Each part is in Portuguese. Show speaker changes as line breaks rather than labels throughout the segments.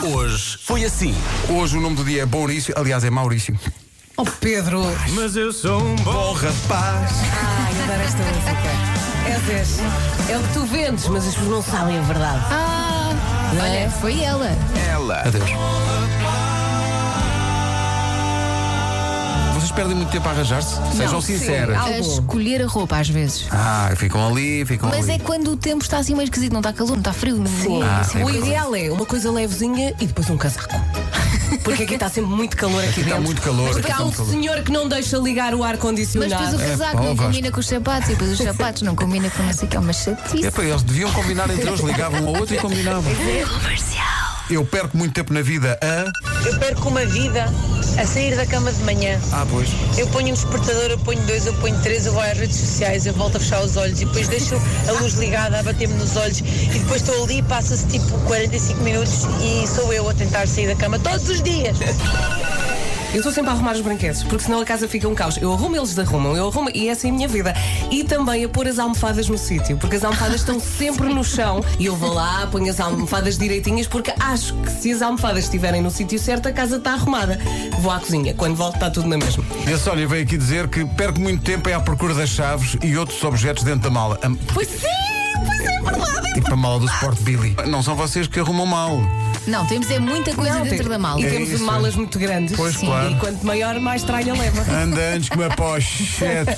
Deus foi assim.
Hoje o nome do dia é Maurício, aliás é Maurício.
Oh, Pedro!
Mas eu sou um bom rapaz.
Ai, adoro esta música. É Deus. É o que tu vendes, mas as pessoas não sabem a verdade.
Ah,
É.
olha, foi ela.
Ela.
Adeus. Vocês perdem muito tempo a arranjar-se? Sejam sinceras.
A escolher a roupa às vezes.
Ah, ficam ali, ficam
Mas é
ali.
quando o tempo está assim meio esquisito, não está calor, não está frio. Não
Sim,
Ah,
sim.
é
o
verdade.
ideal é uma coisa levezinha e depois um casaco. Porque aqui está sempre muito calor aqui
Está
dentro.
muito calor.
Mas
aqui
porque há
está
um
muito calor.
senhor que não deixa ligar o
Mas depois o
ar-condicionado.
casaco
pá, ó,
não
Vasco.
combina com os sapatos e depois os sapatos não combinam com não sei o que, é uma chatice.
É para eles deviam combinar entre eles, ligavam ao outro e combinavam.
É
Eu perco muito tempo na vida a.
Eu perco uma vida a sair da cama de manhã.
Ah, pois.
Eu ponho um despertador, eu ponho dois, eu ponho três, eu vou às redes sociais, eu volto a fechar os olhos e depois deixo a luz ligada a bater-me nos olhos e depois estou ali e passa-se tipo 45 minutos e sou eu a tentar sair da cama todos os dias.
Eu estou sempre a arrumar os brinquedos, porque senão a casa fica um caos. Eu arrumo, eles arrumam, eu arrumo e essa é a minha vida. E também a pôr as almofadas no sítio, porque as almofadas estão sempre no chão. E eu vou lá, ponho as almofadas direitinhas, porque acho que se as almofadas estiverem no sítio certo, a casa está arrumada. Vou à cozinha, quando volto está tudo na mesma.
Esse olha veio aqui dizer que perco muito tempo é à procura das chaves e outros objetos dentro da mala. Am-
Pois sim, pois é verdade.
Tipo a mala do Sport Billy. Não são vocês que arrumam mal.
Não, temos é muita coisa
Não,
dentro
tem-
da mala.
E
É
temos
isso.
malas muito grandes.
Pois, Sim. claro.
E quanto maior, mais tralha leva.
Anda antes que uma pochete.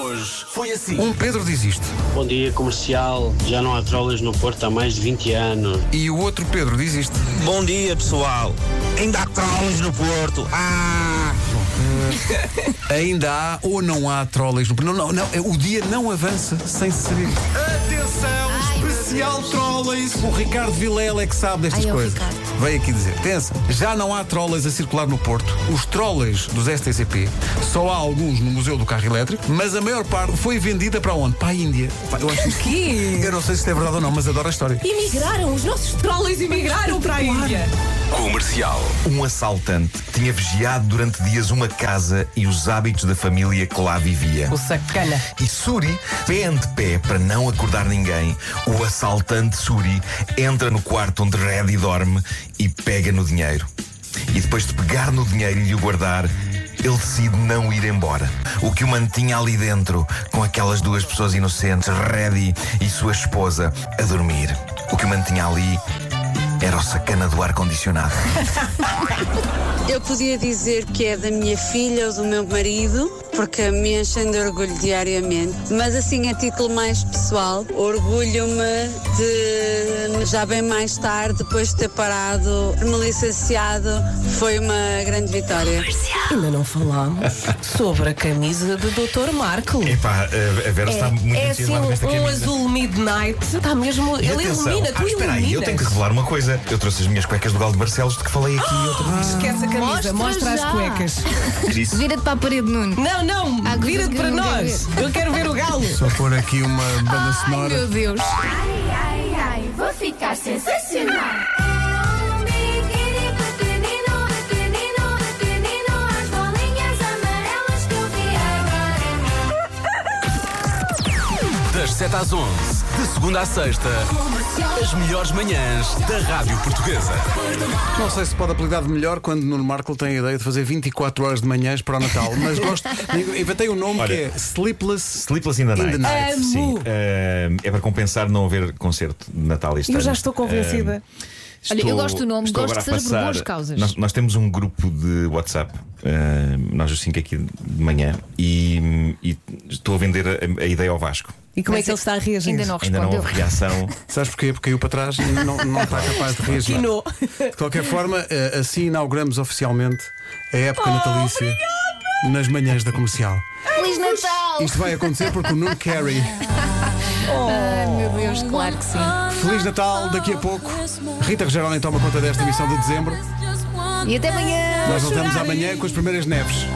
Hoje foi assim.
Um Pedro diz isto.
Bom dia, comercial. Já não há trolas no Porto há mais de 20 anos.
E o outro Pedro diz isto.
Bom dia, pessoal. Ainda há trolls no Porto. Ah!
Ainda há ou não há trolleys no. Não, não, não. é- O dia não avança sem se saber. Atenção, especial trolleys. O Ricardo Vilela é que sabe destas
Ai, é o
coisas.
Ricardo.
Veio aqui dizer: atenção, já não há trolleys a circular no Porto. Os trolleys dos STCP, só há alguns no Museu do Carro Elétrico, mas a maior parte foi vendida para onde? Para a Índia. Pá, Eu, acho isto-
Que?
eu não sei se isto é verdade ou não, mas adoro a história.
Emigraram, os nossos trolleys emigraram para a Índia.
Comercial.
Um assaltante tinha vigiado durante dias uma casa e os hábitos da família que lá vivia.
O sacana.
E Suri, pé ante pé, para não acordar ninguém, o assaltante Suri entra no quarto onde Reddy dorme e pega no dinheiro. E depois de pegar no dinheiro e de o guardar, ele decide não ir embora. O que o mantinha ali dentro, com aquelas duas pessoas inocentes, Reddy e sua esposa, a dormir. O que o mantinha ali era o sacana do ar-condicionado.
Eu podia dizer que é da minha filha ou do meu marido, porque me enchem de orgulho diariamente. Mas assim, a título mais pessoal, orgulho-me de, já bem mais tarde, depois de ter parado, me licenciado, foi uma grande vitória.
Ainda não falámos sobre a camisa do Dr. Marco.
Epá, a a Vera está É, tá muito
É assim
entusiasmada com esta
um, um
camisa.
azul midnight. Está mesmo.
E
ele
atenção,
ilumina, tu
ah, espera aí, eu tenho que
iluminas.
revelar uma coisa. Eu trouxe as minhas cuecas do Galo de Barcelos de que falei aqui outra vez.
Esquece a camisa,
Mostra
mostra as
já.
cuecas.
Vira-te para a parede, Nuno.
Não, não,
Há coisas
vira-te
que
para
eu não quero
nós. Eu quero ver o galo.
Só pôr aqui uma banda
Ai,
sonora.
meu Deus.
Ai, ai, ai, vou ficar sensacional. É um biquíni pequenino, pequenino, pequenino. As bolinhas amarelas que eu vi agora.
Das 7 às 11, de segunda à sexta, as melhores manhãs da Rádio Portuguesa.
Não sei se pode apelidar de melhor quando Nuno Marco tem a ideia de fazer 24 horas de manhãs para o Natal, mas gosto. Inventei um nome
Olha,
que é Sleepless.
Sleepless in the Night.
the night.
Sim.
Amo.
eh, é para compensar não haver concerto de Natal este
Eu
ano. Eh,
já estou convencida.
É.
Olha,
eu gosto do nome, gosto que seja por boas causas.
Nós, nós temos um grupo de WhatsApp, eh, nós os cinco aqui de manhã, e, e estou a vender a, a ideia ao Vasco.
E como é
Mas
que ele está a reagir?
Ainda não
Ainda não
respondeu.
houve reação.
Sabes porquê? Porque caiu para trás e não, não está capaz de reagir.
Quinou.
De qualquer forma, eh, assim inauguramos oficialmente a época natalícia nas manhãs da comercial.
Feliz Natal!
Isto vai acontecer porque o Nuno Carey.
Ai, meu Deus, claro que sim.
Ah.
Feliz Natal daqui a pouco. Rita Rogeroni toma conta desta emissão de dezembro.
E até amanhã!
Nós voltamos amanhã com as primeiras neves.